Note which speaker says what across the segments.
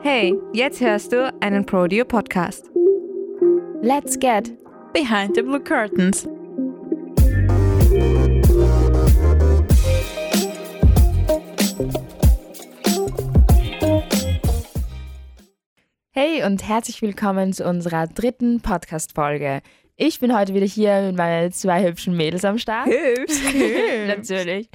Speaker 1: Hey, jetzt hörst du einen Prodeo Podcast.
Speaker 2: Let's get
Speaker 1: Behind the Blue Curtains.
Speaker 2: Hey und herzlich willkommen zu unserer dritten Podcast-Folge. Ich bin heute wieder hier mit meinen zwei hübschen Mädels am Start.
Speaker 1: Hübsch.
Speaker 2: Natürlich.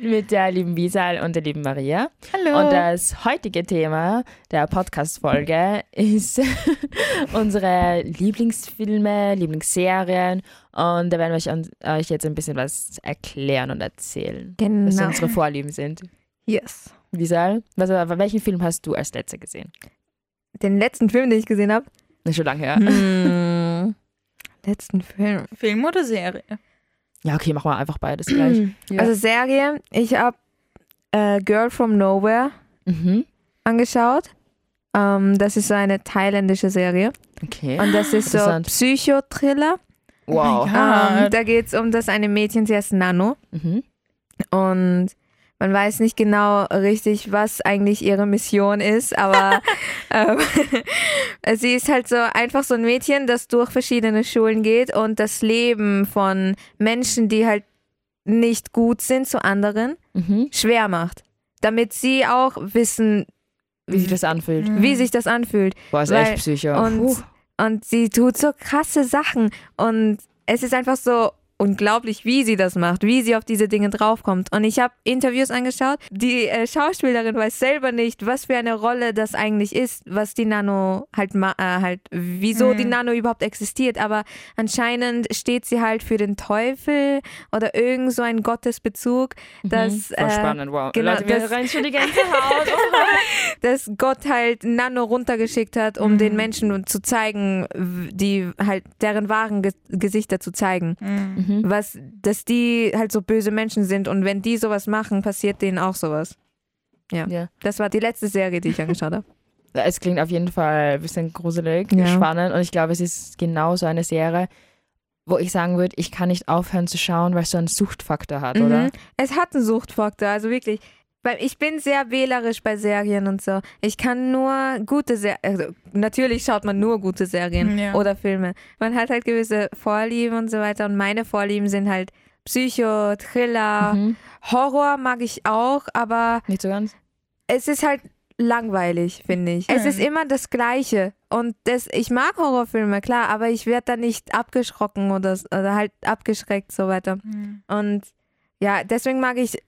Speaker 2: Mit der lieben Wiesal und der lieben Maria.
Speaker 1: Hallo.
Speaker 2: Und das heutige Thema der Podcast-Folge ist unsere Lieblingsfilme, Lieblingsserien. Und da werden wir euch, an- euch jetzt ein bisschen was erklären und erzählen, was
Speaker 1: genau.
Speaker 2: unsere Vorlieben sind.
Speaker 1: Yes.
Speaker 2: Wiesal, was, welchen Film hast du als letzter gesehen?
Speaker 1: Den letzten Film, den ich gesehen habe.
Speaker 2: Nicht schon lange her.
Speaker 1: letzten Film.
Speaker 3: Film oder Serie?
Speaker 2: Ja, okay, machen wir einfach beides gleich. Ja.
Speaker 1: Also Serie, ich habe äh, Girl from Nowhere
Speaker 2: mhm.
Speaker 1: angeschaut. Ähm, das ist so eine thailändische Serie.
Speaker 2: Okay.
Speaker 1: Und das ist so
Speaker 2: Interessant.
Speaker 1: Psychothriller.
Speaker 2: wow.
Speaker 1: Ähm,
Speaker 3: mein Ah.
Speaker 1: da geht es um das eine Mädchen, sie heißt Nano.
Speaker 2: Mhm.
Speaker 1: und man weiß nicht genau richtig, was eigentlich ihre Mission ist, aber ähm, sie ist halt so einfach so ein Mädchen, das durch verschiedene Schulen geht und das Leben von Menschen, die halt nicht gut sind zu anderen,
Speaker 2: Mhm.
Speaker 1: schwer macht. Damit sie auch wissen,
Speaker 2: Wie sich das anfühlt.
Speaker 1: wie sich das anfühlt.
Speaker 2: Boah, ist
Speaker 1: Mhm. Weil-
Speaker 2: echt Psycho.
Speaker 1: Und,
Speaker 2: Puh.
Speaker 1: und sie tut so krasse Sachen. Und es ist einfach so unglaublich, wie sie das macht, wie sie auf diese Dinge draufkommt. Und ich habe Interviews angeschaut. Die äh, Schauspielerin weiß selber nicht, was für eine Rolle das eigentlich ist, was die Nano halt, ma äh, halt wieso
Speaker 2: Mhm.
Speaker 1: die Nano überhaupt existiert. Aber anscheinend steht sie halt für den Teufel oder irgend so ein Gottesbezug, dass,
Speaker 2: Mhm. Voll
Speaker 1: äh,
Speaker 2: spannend, wow.
Speaker 1: genau,
Speaker 2: Leute, wir
Speaker 1: das-
Speaker 2: rennen schon die ganze Haut. Oh,
Speaker 1: dass Gott halt Nano runtergeschickt hat, um
Speaker 2: Mhm.
Speaker 1: den Menschen zu zeigen, w- die halt deren wahren Ge Gesichter zu zeigen.
Speaker 2: Mhm.
Speaker 1: Was, dass die halt so böse Menschen sind und wenn die sowas machen, passiert denen auch sowas. Ja.
Speaker 2: Ja.
Speaker 1: Das war die letzte Serie, die ich angeschaut habe.
Speaker 2: es klingt auf jeden Fall ein bisschen gruselig,
Speaker 1: Ja.
Speaker 2: spannend und ich glaube, es ist genau so eine Serie, wo ich sagen würde, ich kann nicht aufhören zu schauen, weil es so einen Suchtfaktor hat,
Speaker 1: Mhm.
Speaker 2: oder?
Speaker 1: Es hat einen Suchtfaktor, also wirklich. Weil ich bin sehr wählerisch bei Serien und so. Ich kann nur gute Serien. Also natürlich schaut man nur gute
Speaker 2: Mhm,
Speaker 1: Serien
Speaker 3: Ja.
Speaker 1: oder Filme. Man hat halt gewisse Vorlieben und so weiter. Und meine Vorlieben sind halt Psycho, Thriller,
Speaker 2: Mhm.
Speaker 1: Horror mag ich auch, aber
Speaker 2: Nicht so ganz?
Speaker 1: es ist halt langweilig, finde ich. Es ist immer das Gleiche. Und das, ich mag Horrorfilme, klar, aber ich werde da nicht abgeschrocken oder, s- oder halt abgeschreckt, so weiter. Und ja, deswegen mag ich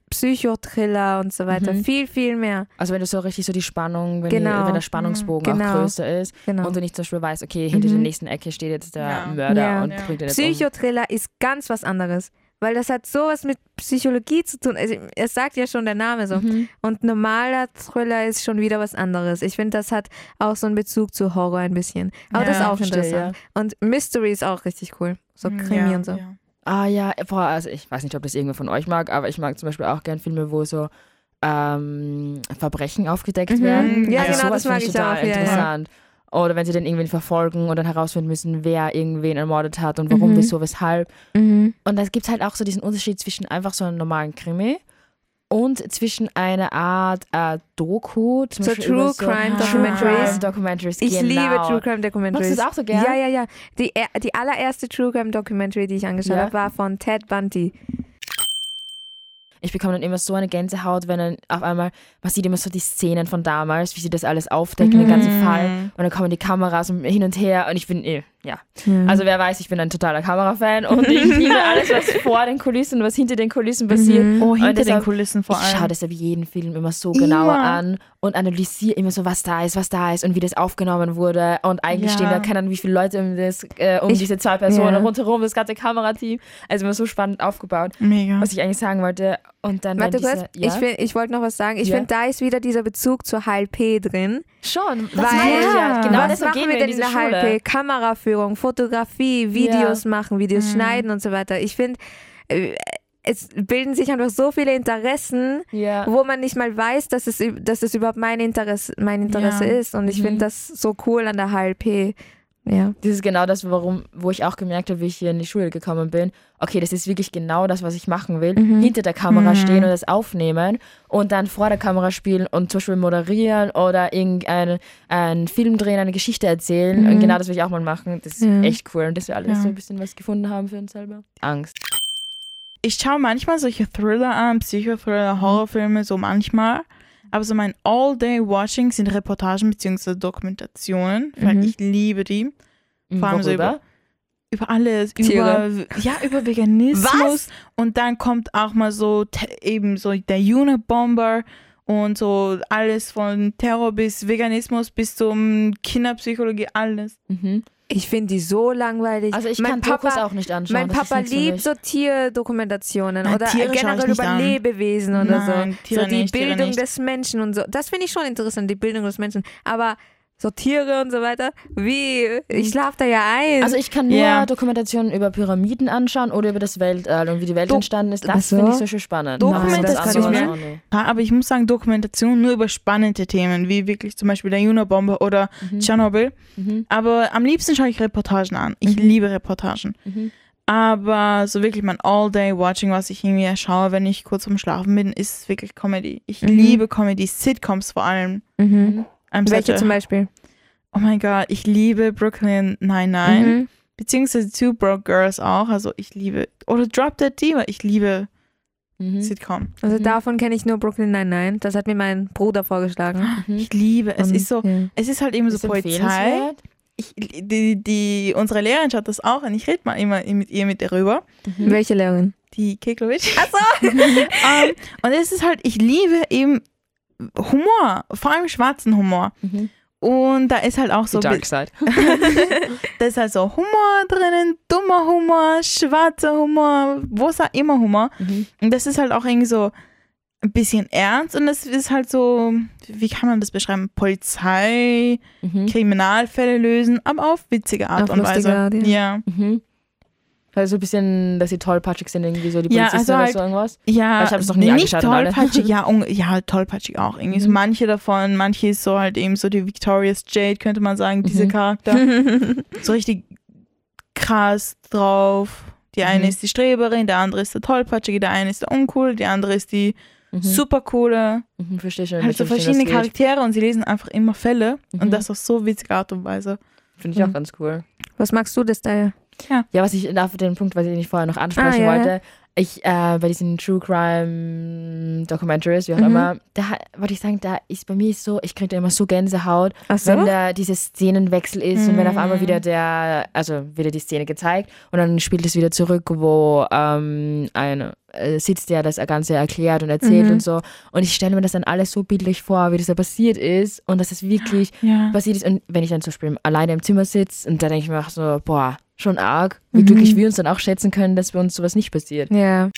Speaker 1: Psychothriller und so weiter.
Speaker 2: Mhm.
Speaker 1: Viel, viel mehr.
Speaker 2: Also wenn du so richtig so die Spannung, wenn,
Speaker 1: Genau.
Speaker 2: die, wenn der Spannungsbogen
Speaker 1: Mhm, genau.
Speaker 2: auch größer ist
Speaker 1: Genau.
Speaker 2: und du nicht zum Beispiel weißt, okay, hinter
Speaker 1: Mhm.
Speaker 2: der nächsten Ecke steht jetzt der
Speaker 3: Ja.
Speaker 2: Mörder
Speaker 1: Ja.
Speaker 2: und
Speaker 3: Ja.
Speaker 2: bringt den jetzt um.
Speaker 1: Psychothriller ist ganz was anderes. Weil das hat sowas mit Psychologie zu tun. Also, es sagt ja schon der Name so.
Speaker 2: Mhm.
Speaker 1: Und normaler Thriller ist schon wieder was anderes. Ich finde, das hat auch so einen Bezug zu Horror ein bisschen. Aber
Speaker 3: Ja,
Speaker 1: das ist auch
Speaker 2: um. verstehe,
Speaker 1: interessant. Und Mystery ist auch richtig cool. So Krimi und so.
Speaker 3: Hm, Ja.
Speaker 2: Ah Mhm. ja, boah, also ich weiß nicht, ob das irgendwer von euch mag, aber ich mag zum Beispiel auch gern Filme, wo so ähm, Verbrechen aufgedeckt
Speaker 1: Mhm.
Speaker 2: werden.
Speaker 3: Ja,
Speaker 2: also
Speaker 3: genau,
Speaker 2: sowas
Speaker 1: das mag
Speaker 2: finde
Speaker 1: ich
Speaker 2: total
Speaker 1: auch, ja, ja.
Speaker 2: interessant. Oder wenn sie dann irgendwen verfolgen und dann herausfinden müssen, wer irgendwen ermordet hat und warum,
Speaker 1: Mhm.
Speaker 2: wieso, weshalb.
Speaker 1: Mhm.
Speaker 2: Und das gibt halt auch so diesen Unterschied zwischen einfach so einem normalen Krimi und zwischen einer Art äh, Doku, zum
Speaker 1: So
Speaker 2: Beispiel
Speaker 1: True
Speaker 2: über
Speaker 1: Crime
Speaker 2: so
Speaker 1: Documentaries.
Speaker 2: Crime Documentaries.
Speaker 1: Ich
Speaker 2: genau.
Speaker 1: liebe True Crime Documentaries.
Speaker 2: Magst du das auch so gern?
Speaker 1: Ja, ja, ja. Die, er- die allererste True Crime Documentary, die ich angeschaut
Speaker 2: Ja.
Speaker 1: habe, war von Ted Bundy.
Speaker 2: Ich bekomme dann immer so eine Gänsehaut, wenn dann auf einmal, man sieht immer so die Szenen von damals, wie sie das alles aufdecken, den
Speaker 1: Mhm.
Speaker 2: ganzen Fall. Und dann kommen die Kameras und hin und her und ich bin, eh, ja.
Speaker 1: Mhm.
Speaker 2: Also wer weiß, ich bin ein totaler Kamerafan und ich liebe alles, was vor den Kulissen, was hinter den Kulissen passiert.
Speaker 1: Mhm.
Speaker 3: Oh, hinter
Speaker 2: und deshalb,
Speaker 3: den Kulissen vor
Speaker 2: ich schaue
Speaker 3: allem.
Speaker 2: deshalb jeden Film immer so genauer
Speaker 3: Immer.
Speaker 2: an und analysiere immer so, was da ist, was da ist und wie das aufgenommen wurde. Und eigentlich
Speaker 3: Ja.
Speaker 2: stehen da keine Ahnung, wie viele Leute um, das, äh, um
Speaker 1: Ich-
Speaker 2: diese zwei Personen
Speaker 1: ja.
Speaker 2: rundherum, das ganze Kamerateam. Also immer so spannend aufgebaut
Speaker 3: Mega.
Speaker 2: was ich eigentlich sagen wollte. Und dann
Speaker 1: Warte
Speaker 2: wenn diese,
Speaker 1: kurz,
Speaker 2: ja?
Speaker 1: ich, find- ich wollte noch was sagen. Ich
Speaker 2: Ja.
Speaker 1: finde, da ist wieder dieser Bezug zur HLP drin.
Speaker 2: schon, das
Speaker 1: Weil-
Speaker 2: meine ich ja. genau
Speaker 1: was
Speaker 2: deshalb
Speaker 1: machen
Speaker 2: gehen
Speaker 1: wir
Speaker 2: wir in
Speaker 1: denn in
Speaker 2: diese
Speaker 1: der
Speaker 2: Schule.
Speaker 1: HLP? Kameraführung, Fotografie, Videos machen, Videos schneiden und so weiter. Ich finde, äh, es bilden sich einfach so viele Interessen,
Speaker 2: Ja.
Speaker 1: wo man nicht mal weiß, dass es, ü- dass es überhaupt mein Interesse, mein Interesse
Speaker 3: Ja.
Speaker 1: ist. Und ich finde das so cool an der HLP. Ja.
Speaker 2: Das ist genau das, warum, wo ich auch gemerkt habe, wie ich hier in die Schule gekommen bin. Okay, das ist wirklich genau das, was ich machen will.
Speaker 1: Mhm.
Speaker 2: Hinter der Kamera stehen und das aufnehmen und dann vor der Kamera spielen und zum Beispiel moderieren oder irgendeinen einen Film drehen, eine Geschichte erzählen. Und genau das will ich auch mal machen. Das ist
Speaker 1: Mhm. Ja.
Speaker 2: echt cool. Und dass wir alle
Speaker 3: Ja.
Speaker 2: so ein bisschen was gefunden haben für uns selber. Angst.
Speaker 3: Ich schaue manchmal solche Thriller an, Psychothriller, Horrorfilme, so manchmal. Aber so mein All-Day-Watching sind Reportagen bzw. Dokumentationen, weil
Speaker 1: Mhm.
Speaker 3: ich liebe die. Vor allem so
Speaker 2: Mhm, Worüber?
Speaker 3: Über alles,
Speaker 1: Tiere.
Speaker 3: über ja, über Veganismus und dann kommt auch mal so te- eben so der Unabomber und so alles von Terror bis Veganismus bis zum Kinderpsychologie alles.
Speaker 2: Mhm.
Speaker 1: Ich finde die so langweilig.
Speaker 2: Also ich
Speaker 1: mein
Speaker 2: kann
Speaker 1: Papa,
Speaker 2: Dokus auch nicht anschauen.
Speaker 1: Mein
Speaker 2: das ist
Speaker 1: Papa
Speaker 2: nichts für
Speaker 1: liebt
Speaker 2: mich.
Speaker 1: so Tierdokumentationen
Speaker 3: Nein,
Speaker 1: oder
Speaker 3: Tiere schau ich
Speaker 1: generell
Speaker 3: nicht
Speaker 1: über
Speaker 3: an.
Speaker 1: Lebewesen oder
Speaker 3: Nein,
Speaker 1: so.
Speaker 3: Tiere
Speaker 1: so die
Speaker 3: nicht, Tiere
Speaker 1: Bildung
Speaker 3: nicht.
Speaker 1: des Menschen und so. Das finde ich schon interessant, die Bildung des Menschen. Aber so Tiere und so weiter, wie?
Speaker 3: Mhm.
Speaker 1: Ich schlafe da ja ein.
Speaker 2: Also ich kann nur
Speaker 3: Ja.
Speaker 2: Dokumentationen über Pyramiden anschauen oder über das Weltall und wie die Welt
Speaker 3: Do-
Speaker 2: entstanden ist.
Speaker 1: Ach
Speaker 2: Das
Speaker 1: so.
Speaker 2: finde ich so schön spannend. Nein,
Speaker 3: Dokumentationen-
Speaker 2: das kann ich mir-
Speaker 3: Ja, aber ich muss sagen, Dokumentation nur über spannende Themen, wie wirklich zum Beispiel der Unabomber oder Tschernobyl.
Speaker 2: Mhm.
Speaker 3: Aber am liebsten schaue ich Reportagen an. Ich liebe Reportagen.
Speaker 2: Mhm.
Speaker 3: Aber so wirklich mein All-Day-Watching, was ich irgendwie schaue, wenn ich kurz vorm Schlafen bin, ist wirklich Comedy.
Speaker 2: Mhm.
Speaker 3: Ich liebe Comedy, Sitcoms vor allem.
Speaker 1: mhm.
Speaker 3: I'm such
Speaker 1: Welche
Speaker 3: a-
Speaker 1: zum Beispiel?
Speaker 3: oh mein Gott, ich liebe Brooklyn Nine-Nine.
Speaker 1: Mhm.
Speaker 3: Beziehungsweise Two Broke Girls auch. Also ich liebe, oder Drop Dead Diva, ich liebe
Speaker 2: Mhm.
Speaker 3: Sitcom.
Speaker 1: Also
Speaker 2: Mhm.
Speaker 1: davon kenne ich nur Brooklyn Nine-Nine. Das hat mir mein Bruder vorgeschlagen.
Speaker 2: Mhm.
Speaker 3: Ich liebe, es
Speaker 1: Und,
Speaker 3: ist so,
Speaker 1: ja.
Speaker 3: es ist halt eben so
Speaker 2: Ist
Speaker 3: Polizei.
Speaker 2: empfehlenswert.
Speaker 3: Ich, die, die, unsere Lehrerin schaut das auch und ich rede mal immer mit ihr mit darüber.
Speaker 2: Mhm.
Speaker 1: Welche Lehrerin?
Speaker 3: Die Keklowitsch. Achso. und es ist halt, ich liebe eben Humor, vor allem schwarzen Humor.
Speaker 2: Mhm.
Speaker 3: Und da ist halt auch so, bi-
Speaker 2: Side.
Speaker 3: da ist halt so Humor drinnen, dummer Humor, schwarzer Humor, wo ist auch immer Humor.
Speaker 2: Mhm.
Speaker 3: Und das ist halt auch irgendwie so ein bisschen ernst und das ist halt so, wie kann man das beschreiben? Polizei,
Speaker 2: Mhm.
Speaker 3: Kriminalfälle lösen, aber auf witzige Art
Speaker 1: Auf
Speaker 3: und Weise.
Speaker 1: lustige Art, ja.
Speaker 3: ja.
Speaker 2: Mhm. Also so ein bisschen, dass sie tollpatschig sind, irgendwie so die
Speaker 3: Ja,
Speaker 2: Polizisten
Speaker 3: also
Speaker 2: oder
Speaker 3: halt-
Speaker 2: so irgendwas.
Speaker 3: Ja,
Speaker 2: Weil ich hab's noch nie
Speaker 3: nicht
Speaker 2: angeschaut, alle.
Speaker 3: tollpatschig, ja, un- ja, tollpatschig auch. Irgendwie so
Speaker 2: Mhm.
Speaker 3: manche davon, manche ist so halt eben so die Victorious Jade, könnte man sagen, diese
Speaker 2: Mhm.
Speaker 3: Charakter. so richtig krass drauf. Die eine
Speaker 2: Mhm.
Speaker 3: ist die Streberin, der andere ist der Tollpatschige, der eine ist der Uncool, die andere ist die
Speaker 2: Mhm.
Speaker 3: Supercoole.
Speaker 2: Mhm. Verstehe schon. in
Speaker 3: halt so
Speaker 2: welche
Speaker 3: verschiedene
Speaker 2: Richtung das geht.
Speaker 3: Charaktere und sie lesen einfach immer Fälle
Speaker 2: Mhm.
Speaker 3: und das auf so witzige Art und Weise.
Speaker 2: Finde ich auch
Speaker 1: Mhm.
Speaker 2: ganz cool.
Speaker 1: Was magst du das da?
Speaker 2: Ja, was ich auf den Punkt, was ich nicht vorher noch ansprechen
Speaker 1: Ah, ja.
Speaker 2: wollte, ich äh, bei diesen True Crime Documentaries, wie auch
Speaker 1: Mhm.
Speaker 2: immer, da wollte ich sagen, da ist bei mir so, ich kriege da immer so Gänsehaut,
Speaker 1: Ach
Speaker 2: wenn
Speaker 1: so?
Speaker 2: da diese Szenenwechsel ist und wenn auf einmal
Speaker 3: Mhm.
Speaker 2: wieder der, also wieder die Szene gezeigt und dann spielt es wieder zurück, wo ähm, ein äh, sitzt, der das Ganze erklärt und erzählt
Speaker 1: Mhm.
Speaker 2: und so. Und ich stelle mir das dann alles so bildlich vor, wie das da passiert ist und dass es wirklich
Speaker 3: Ja.
Speaker 2: passiert ist. Und wenn ich dann zum Beispiel alleine im Zimmer sitze und da denke ich mir auch so, boah, schon arg, wie glücklich wir uns dann auch schätzen können, dass bei uns sowas nicht passiert.
Speaker 1: Ja.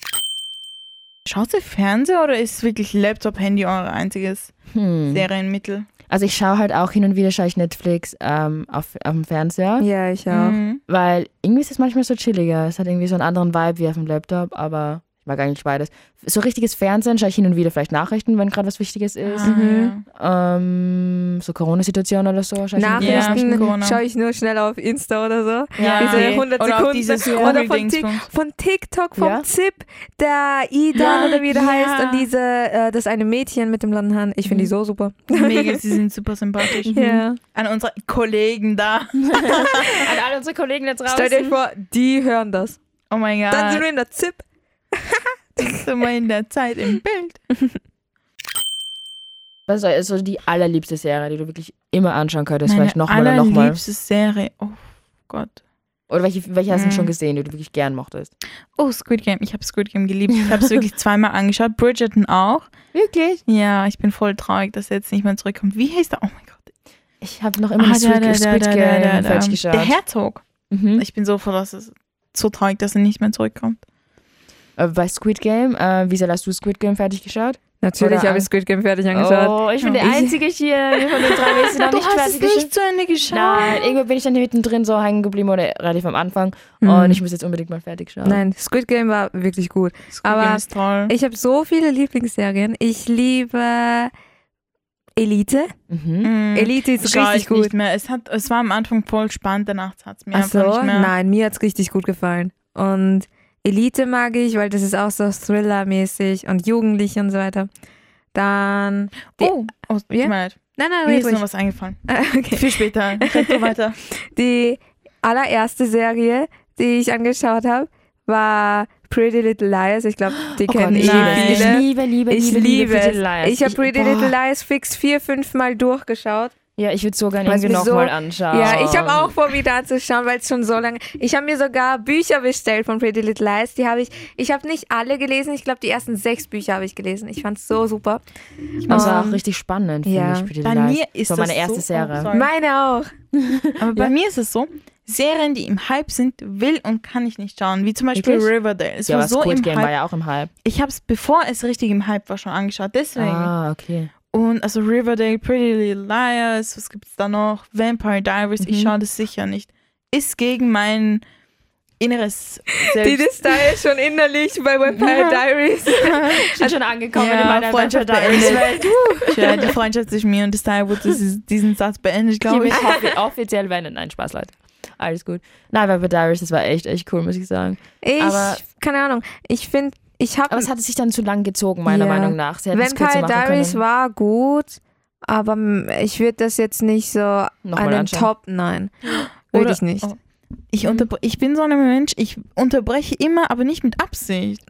Speaker 3: Schaut ihr Fernseher oder ist wirklich Laptop, Handy euer einziges
Speaker 2: Hm.
Speaker 3: Serienmittel?
Speaker 2: Also ich schaue halt auch hin und wieder, schaue ich Netflix ähm, auf, auf dem Fernseher,
Speaker 1: Ja, ich auch.
Speaker 3: Mhm.
Speaker 2: weil irgendwie ist es manchmal so chilliger. Es hat irgendwie so einen anderen Vibe wie auf dem Laptop, aber ich mag eigentlich beides. So richtiges Fernsehen schaue ich hin und wieder vielleicht Nachrichten, wenn gerade was Wichtiges ist.
Speaker 3: Ah,
Speaker 1: Mhm.
Speaker 2: Ähm, so Corona-Situation oder so. schaue ich hin und wieder
Speaker 3: Ja.
Speaker 1: Nachrichten
Speaker 3: Corona.
Speaker 1: schaue ich nur schnell auf Insta oder so.
Speaker 3: Ja.
Speaker 1: Diese
Speaker 3: Okay.
Speaker 1: 100
Speaker 3: Oder auf
Speaker 1: Sekunden.
Speaker 3: dieses
Speaker 1: oder von, Tik
Speaker 3: Google-Dingsbums.
Speaker 1: von TikTok, vom
Speaker 2: Ja.
Speaker 1: Zip, der Ida
Speaker 3: Ja,
Speaker 1: oder wie der
Speaker 3: ja.
Speaker 1: heißt. Und diese, äh, das eine Mädchen mit dem blonden Haaren. Ich finde die so super.
Speaker 3: Mega, sie sind super sympathisch.
Speaker 1: Ja.
Speaker 3: An unsere Kollegen da.
Speaker 2: An alle unsere Kollegen jetzt raus.
Speaker 1: Stellt euch vor, die hören das.
Speaker 3: Oh mein Gott.
Speaker 1: Dann sind wir in der Zip.
Speaker 3: sind wir in der Zeit im Bild.
Speaker 2: Was ist so Also, die allerliebste Serie, die du wirklich immer anschauen könntest? vielleicht nochmal oder
Speaker 3: allerliebste
Speaker 2: nochmal.
Speaker 3: Serie. Oh Gott.
Speaker 2: Oder welche, welche hast du
Speaker 3: Mm.
Speaker 2: schon gesehen, die du wirklich gern mochtest?
Speaker 3: Oh, Squid Game. Ich habe Squid Game geliebt. Ich habe es wirklich zweimal angeschaut. Bridgerton auch.
Speaker 2: Wirklich?
Speaker 3: Ja, ich bin voll traurig, dass er jetzt nicht mehr zurückkommt. Wie heißt er? Oh mein Gott.
Speaker 2: Ich habe noch immer
Speaker 3: Ah,
Speaker 2: ah, Squid,
Speaker 3: da, da, da,
Speaker 2: Squid
Speaker 3: da, da,
Speaker 2: Game
Speaker 3: da, da.
Speaker 2: falsch geschaut.
Speaker 3: Der Herzog.
Speaker 2: mhm.
Speaker 3: Ich bin so froh, dass es so traurig, dass er nicht mehr zurückkommt.
Speaker 2: äh, bei Squid Game, äh, wie hast du Squid Game fertig geschaut?
Speaker 1: Natürlich
Speaker 2: Oder
Speaker 1: habe ich
Speaker 2: an-
Speaker 1: Squid Game fertig angeschaut.
Speaker 2: Oh, ich bin der
Speaker 1: Ich-
Speaker 2: Einzige hier hier von den drei Mädchen, die noch Genau, nicht fertig geschaut.
Speaker 3: zu Ende geschaut.
Speaker 2: Nein, irgendwo bin ich dann mittendrin so hängen geblieben oder relativ am Anfang.
Speaker 1: Mhm.
Speaker 2: Und ich muss jetzt unbedingt mal fertig schauen.
Speaker 1: Nein, Squid Game war wirklich gut.
Speaker 3: Squid
Speaker 1: Aber
Speaker 3: Mhm. Game ist toll.
Speaker 1: Ich habe so viele Lieblingsserien. Ich liebe Elite.
Speaker 2: Mhm.
Speaker 3: Hm.
Speaker 1: Elite ist
Speaker 3: Schau
Speaker 1: richtig
Speaker 3: ich Nicht
Speaker 1: gut.
Speaker 3: mehr. Es, hat, es war am Anfang voll spannend, danach hat es mir
Speaker 1: Ach so,
Speaker 3: einfach nicht mehr.
Speaker 1: nein, mir hat's richtig gut gefallen. Und Elite mag ich, weil das ist auch so Thriller-mäßig und jugendlich und so weiter. Dann. Die,
Speaker 3: Oh, oh tut
Speaker 1: Ja?
Speaker 3: mir leid.
Speaker 1: Nein, nein,
Speaker 3: Mir
Speaker 1: red
Speaker 3: ist noch
Speaker 1: ruhig.
Speaker 3: was eingefallen.
Speaker 1: Ah, Okay.
Speaker 3: Viel später. Red du weiter.
Speaker 1: Die allererste Serie, die ich angeschaut habe, war Pretty Little Liars. Ich glaube, die
Speaker 2: Oh Gott,
Speaker 1: kennen eh
Speaker 3: nein.
Speaker 2: ich
Speaker 1: viele.
Speaker 2: liebe, liebe,
Speaker 1: Ich
Speaker 2: liebe,
Speaker 1: liebe
Speaker 2: Pretty
Speaker 1: es.
Speaker 2: Little Liars.
Speaker 1: Ich habe Pretty
Speaker 2: boah.
Speaker 1: Little Liars fix vier, fünf Mal durchgeschaut.
Speaker 2: Ja, ich würde so gerne
Speaker 1: Weiß
Speaker 2: irgendwie
Speaker 1: mir so-
Speaker 2: nochmal anschauen.
Speaker 1: Ja, ich habe auch vor, wieder anzuschauen, weil es schon so lange. Ich habe mir sogar Bücher bestellt von Pretty Little Lies. Die habe ich. Ich habe nicht alle gelesen. Ich glaube, die ersten sechs Bücher habe ich gelesen. Ich fand's so super.
Speaker 2: Das war
Speaker 1: Ähm,
Speaker 2: auch richtig spannend, finde
Speaker 1: ja.
Speaker 2: ich, Pretty
Speaker 3: Bei
Speaker 2: Little Lies.
Speaker 3: mir ist
Speaker 2: war
Speaker 3: das
Speaker 2: meine erste
Speaker 3: so,
Speaker 2: Serie.
Speaker 3: Oh, sorry.
Speaker 1: Meine auch.
Speaker 3: Aber bei mir ist es so, Serien, die im Hype sind, will und kann ich nicht schauen. Wie zum Beispiel
Speaker 2: Wirklich?
Speaker 3: Riverdale. Es
Speaker 2: ja,
Speaker 3: war
Speaker 2: aber
Speaker 3: so
Speaker 2: Squid
Speaker 3: im
Speaker 2: Game
Speaker 3: Hype.
Speaker 2: war ja auch im Hype.
Speaker 3: Ich habe es, bevor es richtig im Hype war, schon angeschaut. Deswegen.
Speaker 2: Ah, okay.
Speaker 3: Und also Riverdale, Pretty Little Liars, was gibt's da noch? Vampire Diaries,
Speaker 1: Mhm.
Speaker 3: ich schaue das sicher nicht. Ist gegen mein inneres
Speaker 1: Die
Speaker 3: Selbst.
Speaker 1: ist da jetzt schon innerlich bei Vampire Diaries. Also,
Speaker 2: Ich bin schon angekommen
Speaker 3: Ja,
Speaker 2: in meiner
Speaker 3: Freundschaft
Speaker 2: Adventure Diaries.
Speaker 3: Tja, die Freundschaft zwischen mir und Desire wurde dieses- diesen Satz beendet, glaube ich.
Speaker 2: Hiermit hoffe- offiziell beendet. Nein, Spaß, Leute. Alles gut. Nein, Vampire Diaries, das war echt, echt cool, muss ich sagen.
Speaker 1: Ich,
Speaker 2: Aber-
Speaker 1: keine Ahnung. Ich finde, ich habe
Speaker 2: Aber es hatte sich dann zu lang gezogen, meiner
Speaker 1: Ja.
Speaker 2: Meinung nach. Sie hätten es
Speaker 1: Vampire
Speaker 2: kürzer machen
Speaker 1: Diaries
Speaker 2: können.
Speaker 1: war gut, aber mm, ich würde das jetzt nicht so
Speaker 2: Nochmal
Speaker 1: an den
Speaker 2: anschauen.
Speaker 1: Top, nein. Würde
Speaker 3: Oder-
Speaker 1: ich nicht.
Speaker 3: oh. Ich, unterbre-
Speaker 2: Mhm.
Speaker 3: ich bin so ein Mensch, ich unterbreche immer, aber nicht mit Absicht.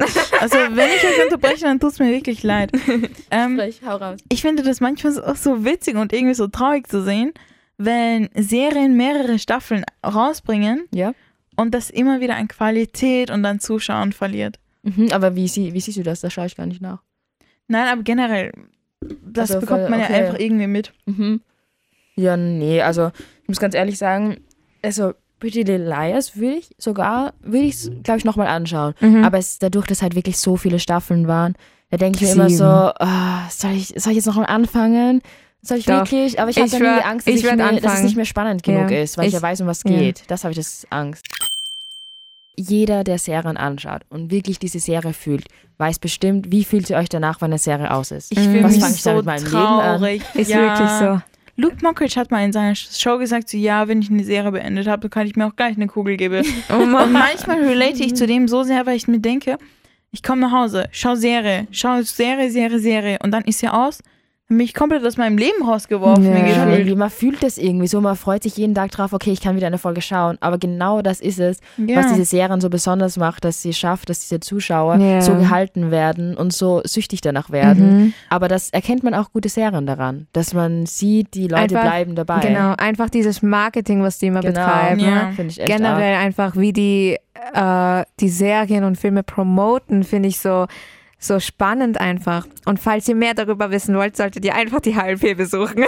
Speaker 3: Also wenn ich euch unterbreche, dann tut's mir wirklich leid. Ähm,
Speaker 2: Sprich, hau raus.
Speaker 3: ich finde das manchmal auch so witzig und irgendwie so traurig zu sehen, wenn Serien mehrere Staffeln rausbringen
Speaker 2: Ja.
Speaker 3: und das immer wieder an Qualität und an Zuschauern verliert.
Speaker 2: Mhm, aber wie, sie, wie siehst du das? Da schaue ich gar nicht nach.
Speaker 3: Nein, aber generell, das
Speaker 2: Also
Speaker 3: bekommt
Speaker 2: voll-
Speaker 3: man
Speaker 2: okay.
Speaker 3: ja einfach irgendwie mit.
Speaker 2: Mhm. Ja, nee, also ich muss ganz ehrlich sagen, also Pretty Little Liars würde ich sogar, würde ich, glaube ich, nochmal anschauen.
Speaker 1: Mhm.
Speaker 2: Aber es, dadurch, dass halt wirklich so viele Staffeln waren, da denke ich mir immer
Speaker 1: Sieben.
Speaker 2: so, ah, soll, ich, soll ich jetzt nochmal anfangen? Soll ich
Speaker 1: Doch.
Speaker 2: wirklich? Aber ich habe
Speaker 1: Ich
Speaker 2: dann
Speaker 1: werd-
Speaker 2: irgendwie Angst, dass,
Speaker 1: ich
Speaker 2: ich
Speaker 1: werd
Speaker 2: mir, dass es
Speaker 1: anfangen.
Speaker 2: nicht mehr spannend genug
Speaker 1: Ja.
Speaker 2: ist, weil ich,
Speaker 1: Ich-
Speaker 2: ja weiß, um was
Speaker 1: ja.
Speaker 2: geht. Das habe ich das Angst. Jeder, der Serien anschaut und wirklich diese Serie fühlt, weiß bestimmt, wie fühlt ihr euch danach, wenn eine Serie aus ist.
Speaker 3: Ich fühle
Speaker 1: Was
Speaker 3: mich
Speaker 2: Mhm. fang ich da
Speaker 3: so
Speaker 2: mit meinem Leben an?
Speaker 3: traurig.
Speaker 1: Ist
Speaker 3: ja.
Speaker 1: wirklich so.
Speaker 3: Luke Mockridge hat mal in seiner Show gesagt, so, ja, wenn ich eine Serie beendet habe, dann kann ich mir auch gleich eine Kugel geben.
Speaker 1: Oh
Speaker 3: Und
Speaker 1: Mann.
Speaker 3: manchmal relate ich zu dem so sehr, weil ich mir denke, ich komme nach Hause, schau Serie, schau Serie, Serie, Serie und dann ist sie aus, dann bin ich komplett aus meinem Leben rausgeworfen.
Speaker 1: Ja.
Speaker 3: mir
Speaker 2: Ja,
Speaker 3: gefühlt.
Speaker 2: irgendwie, man fühlt das irgendwie so, man freut sich jeden Tag drauf, okay, ich kann wieder eine Folge schauen. Aber genau das ist es,
Speaker 3: Ja.
Speaker 2: was diese Serien so besonders macht, dass sie schafft, dass diese Zuschauer
Speaker 1: Ja. Mhm.
Speaker 2: so gehalten werden und so süchtig danach werden. Aber das erkennt man auch gute Serien daran, dass man sieht, die Leute
Speaker 1: Einfach-
Speaker 2: bleiben dabei.
Speaker 1: Genau, einfach dieses Marketing, was die immer
Speaker 2: Genau.
Speaker 1: betreiben.
Speaker 3: Ja.
Speaker 2: Finde ich echt arg.
Speaker 1: Generell einfach, wie die, äh, die Serien und Filme promoten, finde ich so, so spannend einfach. Und falls ihr mehr darüber wissen wollt, solltet ihr einfach die HLP besuchen.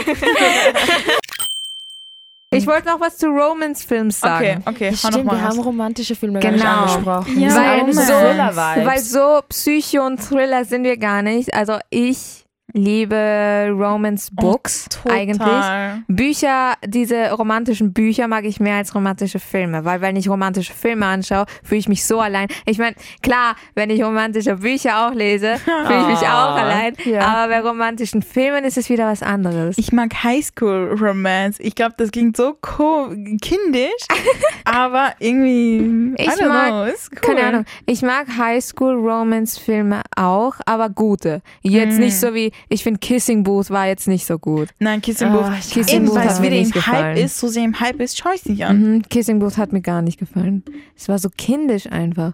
Speaker 1: ich wollte noch was zu Romance-Films sagen.
Speaker 2: Ja,
Speaker 3: Okay, okay, hau noch
Speaker 2: Stimmt, wir
Speaker 3: mal
Speaker 2: haben
Speaker 3: raus.
Speaker 2: romantische Filme gar nicht
Speaker 1: Genau.
Speaker 2: angesprochen.
Speaker 3: Ja,
Speaker 2: Das sind alles
Speaker 1: weil-
Speaker 2: Thriller-Vibes.
Speaker 1: Weil so Psycho und Thriller sind wir gar nicht. Also ich liebe Romance Books eigentlich.
Speaker 3: Total.
Speaker 1: Bücher, diese romantischen Bücher mag ich mehr als romantische Filme, weil wenn ich romantische Filme anschaue, fühle ich mich so allein. Ich meine, klar, wenn ich romantische Bücher auch lese, fühle ich mich auch
Speaker 2: Ah,
Speaker 1: allein.
Speaker 2: ja.
Speaker 1: Aber bei romantischen Filmen ist es wieder was anderes.
Speaker 3: Ich mag Highschool-Romance. Ich glaube, das klingt so ko- kindisch, aber irgendwie, I
Speaker 1: Ich
Speaker 3: don't
Speaker 1: mag-
Speaker 3: know, ist cool.
Speaker 1: Keine Ahnung. Ich mag Highschool-Romance-Filme auch, aber gute. Jetzt nicht so wie, ich finde Kissing Booth war jetzt nicht so gut.
Speaker 3: Nein, Kissing Booth.
Speaker 2: Ah, ich
Speaker 1: Kissing
Speaker 3: Eben,
Speaker 1: Booth
Speaker 3: weil
Speaker 1: hat
Speaker 3: es
Speaker 1: mir
Speaker 3: wieder im
Speaker 1: nicht gefallen.
Speaker 3: Hype ist, so sehr im Hype ist, schaue ich es nicht an.
Speaker 1: Mhm, Kissing Booth hat mir gar nicht gefallen. Es war so kindisch einfach.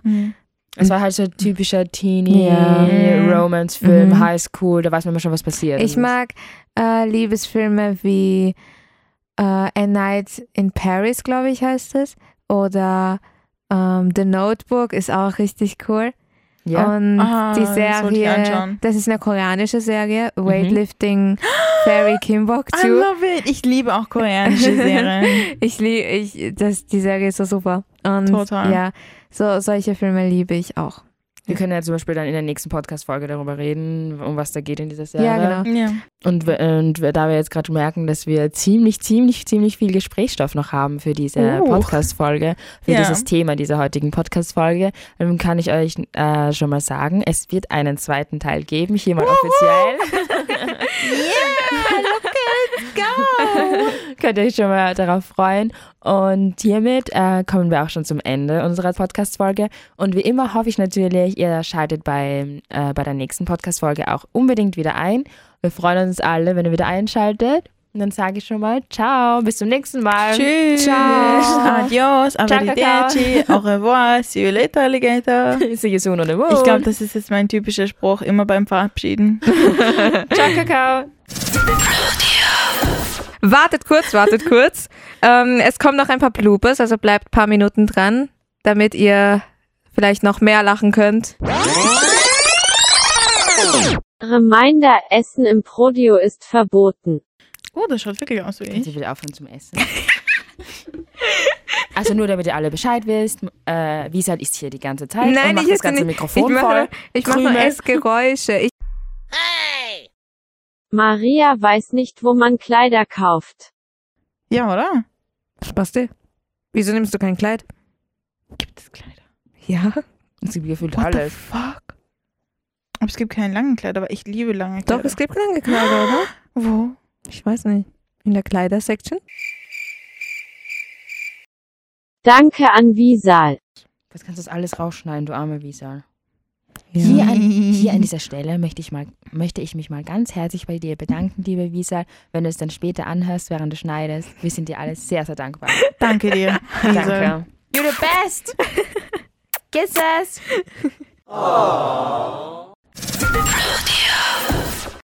Speaker 2: Es war halt so ein typischer Teenie,
Speaker 1: Ja.
Speaker 2: Romance-Film,
Speaker 1: Mhm.
Speaker 2: Highschool, da weiß man immer schon, was passiert.
Speaker 1: Ich mag äh, Liebesfilme wie äh, A Night in Paris, glaube ich, heißt es. Oder ähm, The Notebook ist auch richtig cool.
Speaker 2: ja.
Speaker 1: Und
Speaker 3: Ah,
Speaker 1: die
Speaker 3: das wollte ich
Speaker 1: Serie,
Speaker 3: anschauen. Mhm.
Speaker 1: das ist eine koreanische Serie, Weightlifting Fairy Kim Bok
Speaker 3: I
Speaker 1: Chu.
Speaker 3: love it. Ich liebe auch koreanische Serien.
Speaker 1: Ich liebe, ich, das, die Serie ist so super. Und
Speaker 3: Total.
Speaker 1: ja, so, solche Filme liebe ich auch.
Speaker 2: Wir können ja zum Beispiel dann in der nächsten Podcast-Folge darüber reden, um was da geht in dieser Serie.
Speaker 1: Ja, genau.
Speaker 3: Ja.
Speaker 2: Und, wir- und wir- da wir jetzt gerade merken, dass wir ziemlich, ziemlich, ziemlich viel Gesprächsstoff noch haben für diese
Speaker 1: Oh.
Speaker 3: Huch.
Speaker 2: Podcast-Folge, für
Speaker 3: Ja.
Speaker 2: dieses Thema dieser heutigen Podcast-Folge, dann kann ich euch äh, schon mal sagen, es wird einen zweiten Teil geben, hier mal offiziell. Könnt ihr euch schon mal darauf freuen. Und hiermit äh, kommen wir auch schon zum Ende unserer Podcast-Folge. Und wie immer hoffe ich natürlich, ihr schaltet bei, äh, bei der nächsten Podcast-Folge auch unbedingt wieder ein. Wir freuen uns alle, wenn ihr wieder einschaltet. Und dann sage ich schon mal Ciao, bis zum nächsten Mal.
Speaker 3: Tschüss.
Speaker 2: Ciao.
Speaker 3: Adios. Arrivederci. Au revoir. See you later, Alligator.
Speaker 2: See you soon on the moon.
Speaker 3: Ich glaube, das ist jetzt mein typischer Spruch, immer beim Verabschieden.
Speaker 2: Ciao, Kakao.
Speaker 1: Wartet kurz, wartet kurz. Ähm, es kommen noch ein paar Bloopers, also bleibt ein paar Minuten dran, damit ihr vielleicht noch mehr lachen könnt.
Speaker 4: Reminder, Essen im Prodio ist verboten.
Speaker 3: Oh, das schaut wirklich aus wie
Speaker 2: Kannst
Speaker 3: ich.
Speaker 2: du wieder aufhören zum Essen? Also nur, damit ihr alle Bescheid wisst, äh, Wiesel ist hier die ganze Zeit und
Speaker 1: Nein,
Speaker 2: macht
Speaker 1: ich
Speaker 2: das
Speaker 1: esse
Speaker 2: ganze
Speaker 1: nicht. Ich
Speaker 2: Mikrofon voll.
Speaker 1: mache, ich mache nur
Speaker 2: Krümel.
Speaker 1: Essgeräusche. Ich
Speaker 4: Maria weiß nicht, wo man Kleider kauft.
Speaker 3: Ja, oder?
Speaker 1: Spasti, wieso nimmst du kein Kleid?
Speaker 3: Gibt es Kleider?
Speaker 1: Ja,
Speaker 2: Es gibt gefühlt
Speaker 3: What the
Speaker 2: alles.
Speaker 3: fuck? Aber es gibt keinen langen Kleider, aber ich liebe lange Kleider.
Speaker 1: doch, es gibt lange Kleider, oder?
Speaker 3: Wo?
Speaker 1: Ich weiß nicht. In der Kleidersection?
Speaker 4: Danke an Visal.
Speaker 2: Was kannst du das alles rausschneiden, du arme Wiesel?
Speaker 1: Ja.
Speaker 2: Hier, an, hier an dieser Stelle möchte ich, mal, möchte ich mich mal ganz herzlich bei dir bedanken, liebe Wiesel. Wenn du es dann später anhörst, während du schneidest, wir sind dir alle sehr, sehr dankbar.
Speaker 3: Danke dir. Lisa.
Speaker 2: Danke. You're the best. Kisses.